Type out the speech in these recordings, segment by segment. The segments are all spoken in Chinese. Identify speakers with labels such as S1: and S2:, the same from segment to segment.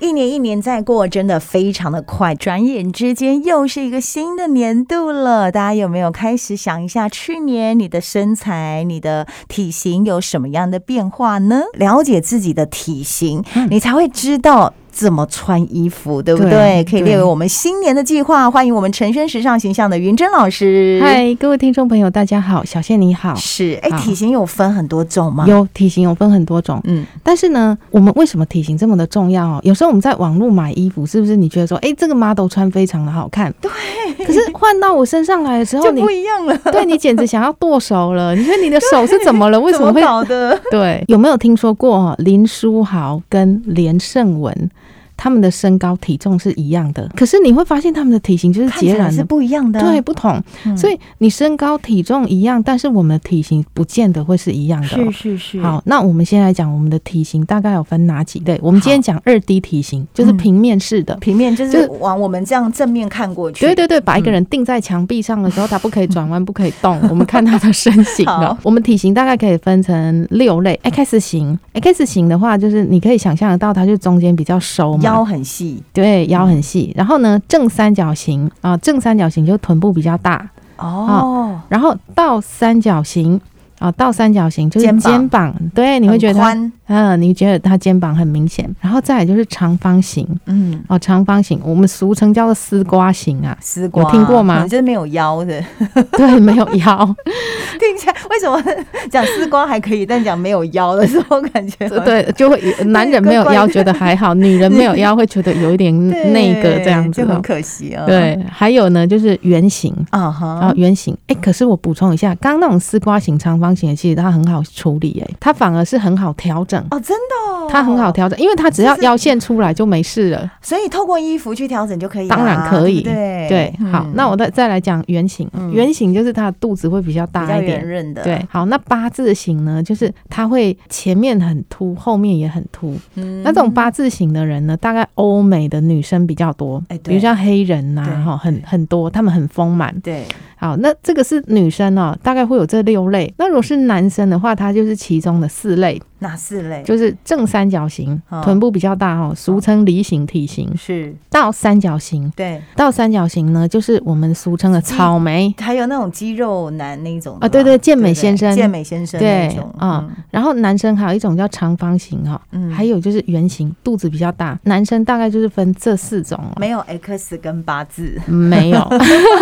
S1: 一年一年在过，真的非常的快，转眼之间又是一个新的年度了。大家有没有开始想一下，去年你的身材、你的体型有什么样的变化呢？嗯了解自己的体型，你才会知道。怎么穿衣服，对不对？
S2: 对
S1: 可以列为我们新年的计划。欢迎我们陈轩时尚形象的云珍老师。，
S2: 嗨，各位听众朋友，大家好，小谢你好。
S1: 是哎，
S2: 好
S1: 体型有分很多种吗？，
S2: 有体型有分很多种，
S1: 嗯，
S2: 但是呢，我们为什么体型这么的重要哦？有时候我们在网络买衣服，是不是你觉得说，哎、这个 model 穿非常的好看，对，可是换到我身上来的时 候，
S1: 就
S2: 你
S1: 不一样了。
S2: 对你简直想要剁手了。 你觉得你的手是怎么了？为什
S1: 怎么
S2: 会
S1: 搞 的？
S2: 对，有没有听说过哈林书豪跟连胜文他们的身高体重是一样的，可是你会发现他们的体型就是
S1: 看起
S2: 截
S1: 来
S2: 然
S1: 是
S2: 的。
S1: 不一样的啊、
S2: 对，不同，
S1: 嗯
S2: 所以你身高体重一样，但是我们的体型不见得会是一样的
S1: 是
S2: 哦。
S1: 是是，
S2: 好，那我们先来讲我们的体型大概有分哪几类。我们今天讲二 D 体型，就是
S1: 嗯
S2: 平面式的。
S1: 平面就
S2: 就是是
S1: 往我们这样正面看过去，
S2: 对对对，把一个
S1: 嗯
S2: 人定在墙壁上的时候，他不可以转弯，不可以 动，我们看他的身形
S1: 好
S2: 了。我们体型大概可以分成六类，X 型，X 型的话就是你可以想象得到，它就中间比较收嘛，
S1: 腰很细
S2: 对腰很细。然后呢，正三角形啊、正三角形就臀部比较大，
S1: 哦，
S2: 然后倒三角形。啊、倒三角形就是
S1: 肩
S2: 肩
S1: 膀
S2: 膀，对，你会觉得
S1: 很
S2: 它，
S1: 宽，
S2: 嗯，你觉得它肩膀很明显。然后再来就是长方形，
S1: 嗯。，
S2: 哦，长方形，我们俗称叫做丝瓜形 啊
S1: 丝瓜
S2: 有听过吗
S1: 可能就是没有腰的，
S2: 对，没有腰，
S1: 听起来为什么讲丝瓜还可以，但讲没有腰的时候，感觉好像
S2: 对，就会男人没有
S1: 怪怪
S2: 腰
S1: 的
S2: 觉得还好，女人没有腰会觉得有一点
S1: 对
S2: 那个这样子
S1: 就很
S2: 哦。
S1: 可惜啊。
S2: 对，还有呢，就是圆形
S1: 啊
S2: 啊，
S1: 哈，
S2: 圆形。哎，可是我补充一下，刚刚那种丝瓜形、长方形的，其实它很好处理，哎，它反而是很好调整，
S1: 哦，真的哦，
S2: 它很好，调整，因为它只要
S1: 就是
S2: 腰线出来就没事了。
S1: 所以透过衣服去调整就可以啦，啊
S2: 当然可以
S1: 对
S2: 对，好，那我再再来讲圆形
S1: 嗯，
S2: 圆形就是它的肚子会比较
S1: 比
S2: 大
S1: 较
S2: 一
S1: 圆
S2: 点。
S1: 润的，
S2: 对，好，那八字形呢，就是它会前面很凸，后面也很凸，
S1: 嗯，
S2: 那这种八字型的人呢，大概欧美的女生比较多，
S1: 哎对
S2: 比如像黑人呐、
S1: 对
S2: 哈，很很多，他们很丰满。
S1: 对
S2: 好，那这个是女生哦，大概会有这六类。那如果是男生的话，他就是其中的四类，
S1: 哪四类？
S2: 就是正三角形
S1: 哦，
S2: 臀部比较大哦，俗称梨形体型；
S1: 是
S2: 倒三角形，
S1: 对，
S2: 倒三角形呢，就是我们俗称的草莓。
S1: 还有那种肌肉男那一种的吧
S2: 啊对对健美
S1: 不
S2: 先生
S1: 健美先生
S2: 对
S1: 那种
S2: 啊然后男生还有一种叫长方形哈、哦，
S1: 嗯
S2: 还有就是圆形，肚子比较大。男生大概就是分这四种、哦。
S1: 嗯没有 X 跟八字，
S2: 没有，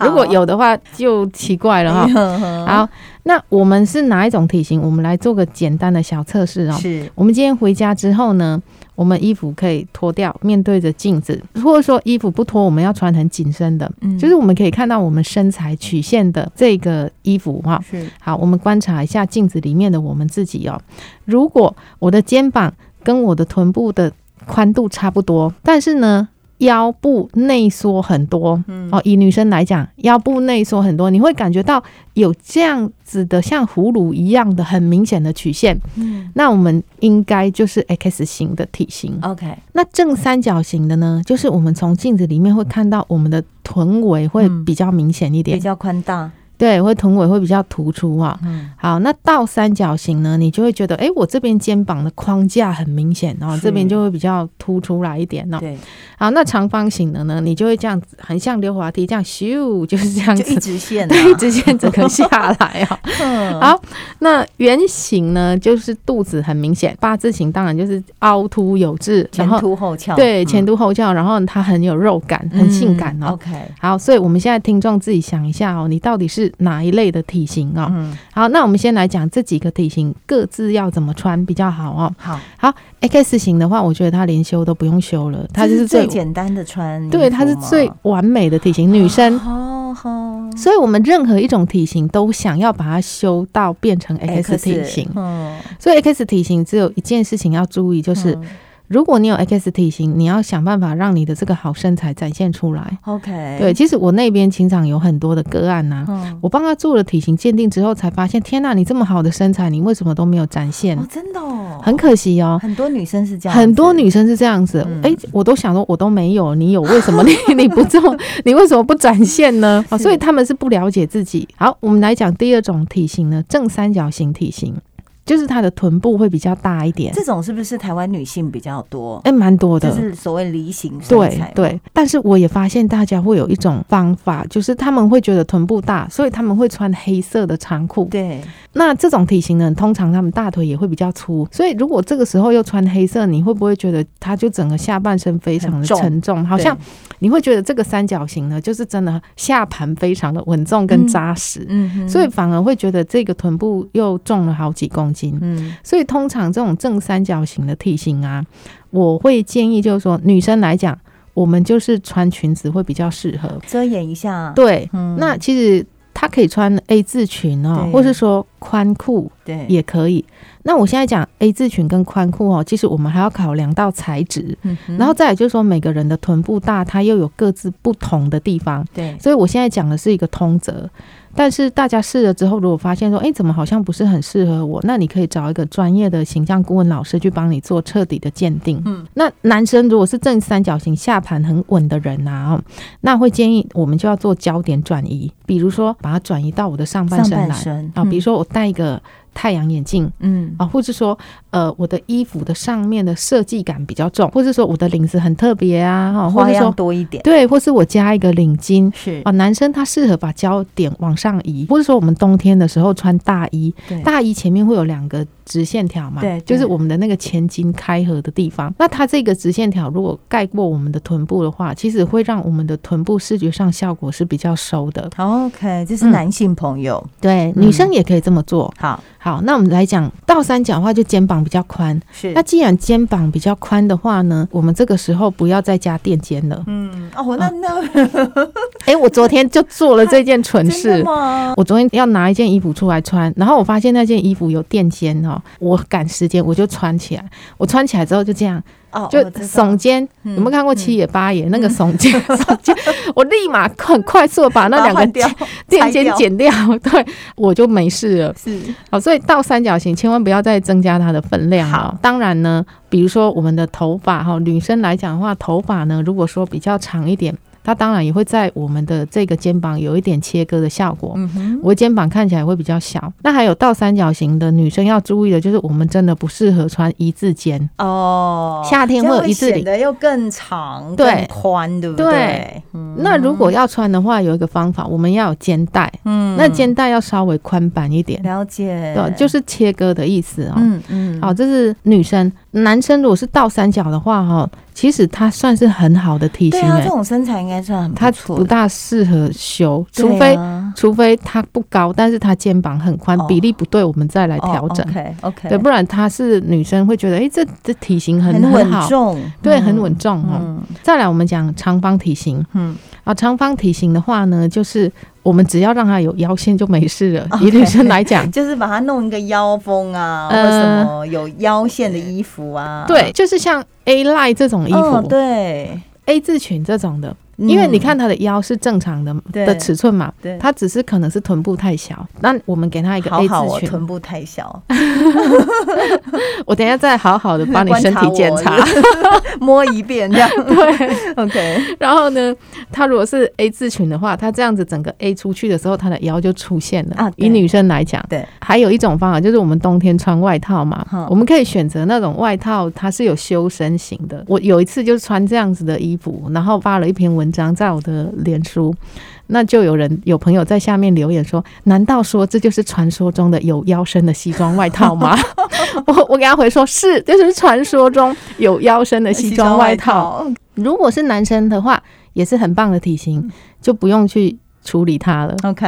S2: 如果有的话就奇怪 了哈。
S1: 好
S2: 啊好，那我们是哪一种体型？我们来做个简单的小测试哦。
S1: 是
S2: 我们今天回家之后呢，我们衣服可以脱掉，面对着镜子，或者说衣服不脱，我们要穿很紧身的，
S1: 嗯
S2: 就是我们可以看到我们身材曲线的这个衣服哈、
S1: 是
S2: 好，我们观察一下镜子里面的我们自己哦。如果我的肩膀跟我的臀部的宽度差不多，但是呢，腰部内缩很多，
S1: 嗯
S2: 哦，以女生来讲，腰部内缩很多，你会感觉到有这样子的像葫芦一样的很明显的曲线。
S1: 嗯
S2: 那我们应该就是 X 型的体型。
S1: OK
S2: 那正三角形的呢，就是我们从镜子里面会看到我们的臀围会
S1: 嗯
S2: 比较明显一点，
S1: 比较宽大，
S2: 对，会臀围会比较突出啊、
S1: 嗯
S2: 好，那倒三角形呢，你就会觉得，诶，我这边肩膀的框架很明显哦
S1: 是，
S2: 这边就会比较凸出来一点哦。
S1: 对，
S2: 好，那长方形的呢，你就会这样子，很像溜滑梯这样咻， 就是这样
S1: 就一
S2: 子，
S1: 直线啊，
S2: 对，直线整个下来哦。
S1: 嗯
S2: 好那圆形呢，就是肚子很明显，八字形当然就是凹凸有致，
S1: 前
S2: 然后
S1: 凸后翘，
S2: 对
S1: 嗯
S2: 前凸后翘，然后它很有肉感，很性感
S1: 嗯
S2: 哦。
S1: OK，
S2: 好，所以我们现在听众自己想一下哦，你到底是哪一类的体型哦？
S1: 嗯，
S2: 好，那我们先来讲这几个体型各自要怎么穿比较好哦。
S1: 好，
S2: X 型的话，我觉得它连修都不用修了，它
S1: 这
S2: 就是是
S1: 最
S2: 最
S1: 简单的穿衣服吗，
S2: 对，它是最完美的体型。女生，
S1: 哦吼
S2: 所以我们任何一种体型都想要把它修到变成 X 体型。
S1: 嗯，
S2: 所以 X 体型只有一件事情要注意，就是
S1: 嗯
S2: 如果你有 X 体型，你要想办法让你的这个好身材展现出来。
S1: OK，
S2: 对，，其实我那边情场有很多的个案呐、
S1: 哎嗯，
S2: 我帮他做了体型鉴定之后，才发现，天呐，你这么好的身材，你为什么都没有展现？
S1: 哦，真的哦，
S2: 很可惜哦。
S1: 很多女生是这样子，
S2: 很多女生是这样子
S1: 嗯，
S2: 哎、我都想说，我都没有，你有，为什么你 你不做，你为什么不展现呢？啊，
S1: 是
S2: 所以他们是不了解自己。好，我们来讲第二种体型呢，正三角形体型。就是她的臀部会比较大一点，
S1: 这种是不是台湾女性比较多？
S2: 哎，蛮多的
S1: 就。是所谓梨形身
S2: 对
S1: 材，，
S2: 对，但是我也发现大家会有一种方法，就是他们会觉得臀部大，所以他们会穿黑色的长裤。
S1: 对，
S2: 那这种体型的人，通常他们大腿也会比较粗，所以如果这个时候又穿黑色，你会不会觉得他就整个下半身非常
S1: 很
S2: 的
S1: 重
S2: 沉重？好像你会觉得这个三角形呢，就是真的下盘非常的稳重跟扎实，
S1: 嗯哼，
S2: 所以反而会觉得这个臀部又重了好几公斤。
S1: 嗯，
S2: 所以通常这种正三角形的体型啊，我会建议就是说，女生来讲，我们就是穿裙子会比较适合。
S1: 遮掩一下，，
S2: 对，
S1: 嗯
S2: 那其实她可以穿 A 字裙哦
S1: 对，
S2: 或是说宽裤
S1: 对，
S2: 也可以。那我现在讲 A 字裙跟宽裤哦，其实我们还要考量到材质，
S1: 嗯哼
S2: 然后再来就是说每个人的臀部大，它又有各自不同的地方。
S1: 对，
S2: 所以我现在讲的是一个通则，但是大家试了之后，如果发现说，哎，怎么好像不是很适合我，那你可以找一个专业的形象顾问老师去帮你做彻底的鉴定。
S1: 嗯，
S2: 那男生如果是正三角形下盘很稳的人啊，哦那会建议我们就要做焦点转移，比如说把它转移到我的上半
S1: 上
S2: 身
S1: 半
S2: 来
S1: 身嗯
S2: 啊，比如
S1: 说，
S2: 说我戴一个太阳眼镜。
S1: 嗯，
S2: 啊，或是说，呃，我的衣服的上面的设计感比较重，或是说我的领子很特别啊，哈，或
S1: 花
S2: 是
S1: 样
S2: 说，
S1: 多一点，
S2: 对，或是我加一个领巾，
S1: 是，
S2: 哦，男生他适合把焦点往上移，或者说我们冬天的时候穿大衣，
S1: 对
S2: 大衣前面会有两个直线条嘛，
S1: 对
S2: 就是
S1: 对
S2: 我们的那个前襟开合的地方。那它这个直线条如果盖过我们的臀部的话，其实会让我们的臀部视觉上效果是比较收的。
S1: OK，这是
S2: 嗯
S1: 男性朋友，
S2: 对，
S1: 嗯
S2: 女生也可以这么做。
S1: 好，
S2: 好，那我们来讲倒三角的话，就肩膀比较宽。
S1: 是
S2: 那，既然肩膀比较宽的话呢，我们这个时候不要再加垫肩了。
S1: 嗯，哦，
S2: 啊
S1: 那那
S2: 诶，我昨天就做了这件蠢 事。
S1: 真的吗？
S2: 我昨天要拿一件衣服出来穿，然后我发现那件衣服有垫肩哦，我赶时间我就穿起来。我穿起来之后就这样，
S1: 哦，
S2: 就
S1: 我知道
S2: 耸，肩，
S1: 嗯
S2: 有没有看过七爷八爷那个耸 肩？耸肩，我立马很快速地把那
S1: 把它
S2: 两个
S1: 换掉
S2: 垫
S1: 拆
S2: 肩
S1: 掉
S2: 剪掉， 对我就没事了。
S1: 是，
S2: 好，所以倒三角形千万不要再增加它的分量
S1: 好
S2: 了。当然呢，比如说我们的头发哈，女生来讲的话，头发呢如果说比较长一点，它当然也会在我们的这个肩膀有一点切割的效果。
S1: 嗯哼，
S2: 我肩膀看起来会比较小。那还有倒三角形的女生要注意的就是，我们真的不适合穿一字肩。
S1: 哦，
S2: 夏天
S1: 这样
S2: 会有
S1: 会
S2: 一字
S1: 显
S2: 领。
S1: 得又更长、
S2: 对
S1: 更宽，对不
S2: 对
S1: 对？嗯
S2: 那如果要穿的话，有一个方法，我们要有肩带，
S1: 嗯
S2: 那肩带要稍微宽版一点，
S1: 了解，
S2: 对，就是切割的意思哦。
S1: 嗯嗯，
S2: 好，这是女生，男生如果是倒三角的话，哈，其实他算是很好的体型
S1: 对啊，
S2: 诶
S1: 这，种身材应该算很
S2: 他
S1: 错
S2: 不
S1: 的，啊
S2: 大适合修，
S1: 对
S2: 除非、
S1: 啊
S2: 除非他不高，但是他肩膀很宽，
S1: 哦
S2: 比例不对，我们再来调整。
S1: OK OK，
S2: 对，不然她是女生会觉得，哎、这这体型很
S1: 很稳
S2: 好，
S1: 重，
S2: 对，
S1: 嗯
S2: 很稳，重哦。
S1: 嗯
S2: 再来，我们讲长方体型
S1: 嗯，
S2: 啊，长方体型的话呢，就是我们只要让它有腰线就没事了。以
S1: OK，
S2: 女生来讲
S1: 就是把它弄一个腰封啊，或
S2: 呃
S1: 什么有腰线的衣服啊，
S2: 对，就是像 A line 这种衣服、
S1: 嗯对，
S2: A 字裙这种的，
S1: 嗯
S2: 因为你看她的腰是正常的
S1: 对
S2: 的尺寸嘛，
S1: 对。
S2: 她只是可能是臀部太小，那我们给她一个
S1: 好
S2: A
S1: 好
S2: 字
S1: 哦，
S2: 裙，
S1: 臀部太小，
S2: 我等一下再好好的帮你
S1: 观察
S2: 身体
S1: 我
S2: 检查。
S1: 摸一遍 这样。对 ，OK，
S2: 然后呢，它如果是 A 字裙的话，它这样子整个 A 出去的时候，它的腰就出现了。
S1: 啊对
S2: 以女生来讲，
S1: 对，
S2: 还有一种方法就是我们冬天穿外套嘛，
S1: 嗯
S2: 我们可以选择那种外套，它是有修身型的。我有一次就穿这样子的衣服，然后发了一篇文章在我的脸书，那就有人有朋友在下面留言说：“难道说这就是传说中的有腰身的西装外 套吗？”我我给他回说：“是，这就是传说中有腰身的西装外套。”如果是男生的话，也是很棒的体型，就不用去处理它了。
S1: ，OK，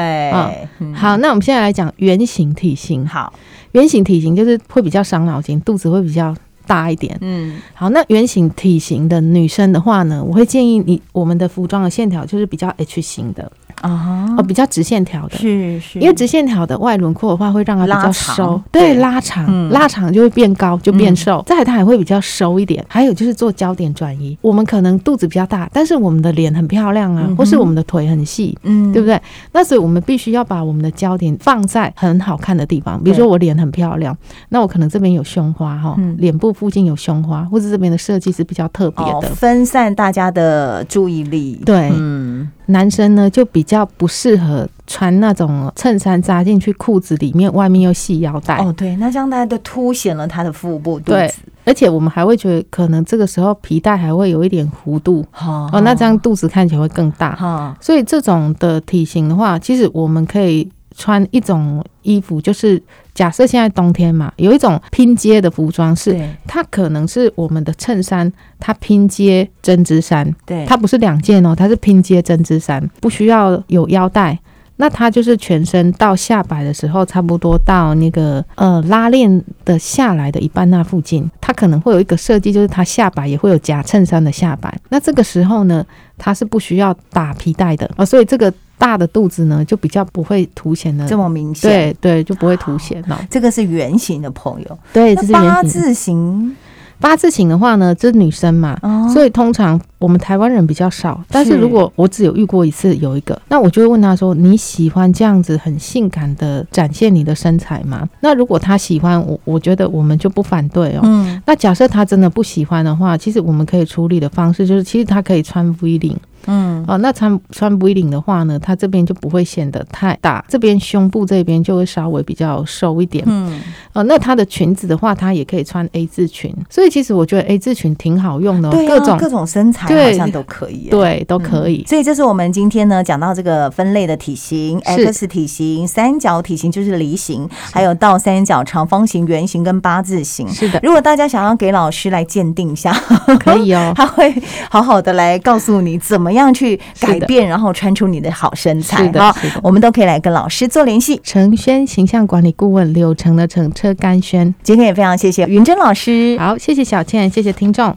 S1: 嗯
S2: 啊好，那我们现在来讲圆形体型。
S1: 好，
S2: 圆形体型就是会比较伤脑筋，肚子会比较大一点。
S1: 嗯，
S2: 好，那圆形体型的女生的话呢，我会建议你我们的服装的线条就是比较 H 型的，
S1: 啊哈
S2: 哦，比较直线条的。
S1: 是是，
S2: 因为直线条的外轮廓的话，会让它比较
S1: 拉长
S2: 收，
S1: 对
S2: 对，拉长，
S1: 嗯
S2: 拉长就会变高，就变
S1: 嗯
S2: 瘦。再来，它还会比较收一点。还有就是做焦点转移，我们可能肚子比较大，但是我们的脸很漂亮啊
S1: 嗯，哼
S2: 或是我们的腿很细，
S1: 嗯
S2: 对不对？那所以我们必须要把我们的焦点放在很好看的地方，比如
S1: 对
S2: 说我脸很漂亮，那我可能这边有胸花哈
S1: 嗯，
S2: 脸部附近有胸花，或者这边的设计是比较特别
S1: 哦
S2: 的，。
S1: 分散大家的注意力。
S2: 对
S1: 嗯，
S2: 男生呢就比较不适合穿那种衬衫扎进去裤子里面，外面又系腰带。
S1: 哦，对，那这样大家就凸显了他的腹部肚
S2: 对
S1: 子。
S2: 而且我们还会觉得，可能这个时候皮带还会有一点弧度
S1: 哦
S2: 哦，那这样肚子看起来会更大。
S1: 哈，
S2: 所以这种的体型的话，其实我们可以穿一种衣服，就是假设现在冬天嘛，有一种拼接的服装是，
S1: 对
S2: 它可能是我们的衬衫，它拼接针织衫，
S1: 对，
S2: 它不是两件哦，它是拼接针织衫，不需要有腰带。那它就是全身到下摆的时候，差不多到那个呃拉链的下来的一半那附近，它可能会有一个设计，就是它下摆也会有夹衬衫的下摆。那这个时候呢，它是不需要打皮带的哦，所以这个大的肚子呢就比较不会凸显的，
S1: 这么明显。
S2: 对对，就不会凸显哦。
S1: 这个是圆形的朋友，
S2: 对，这
S1: 那
S2: 是
S1: 八
S2: 原型。
S1: 字形，
S2: 八字形的话呢，这是女生嘛，
S1: 哦
S2: 所以通常我们台湾人比较少，但是如果我只有遇过一次有一个，那我就会问他说：“你喜欢这样子很性感的展现你的身材吗？”那如果他喜欢，我我觉得我们就不反对哦。
S1: 嗯，
S2: 那假设他真的不喜欢的话，其实我们可以处理的方式就是，其实他可以穿 V 领
S1: 嗯，
S2: 哦。那穿穿 V 领的话呢，他这边就不会显得太大，这边胸部这边就会稍微比较瘦一点。
S1: 嗯，
S2: 哦，那她的裙子的话，她也可以穿 A 字裙，所以其实我觉得 A 字裙挺好用的、哦，
S1: 对啊，
S2: 各种
S1: 各种身材好
S2: 对
S1: 像都可以耶。嗯
S2: 对都可以。
S1: 所以这是我们今天呢讲到这个分类的体型
S2: 是
S1: ，X 体型、三角体型就是梨形，还有倒三角、长方形、圆形跟八字形。
S2: 是的，
S1: 如果大家想要给老师来鉴定一下，
S2: 可以哦。
S1: 他会好好的来告诉你怎么样去改
S2: 是的
S1: 变，然后穿出你的好身材
S2: 是的
S1: 哈
S2: 是的。
S1: 我们都可以来跟老师做联系。
S2: 程轩形象管理顾问，柳城的程车甘轩。
S1: 今天也非常谢谢云珍老师，
S2: 好，谢谢小倩，谢谢听众。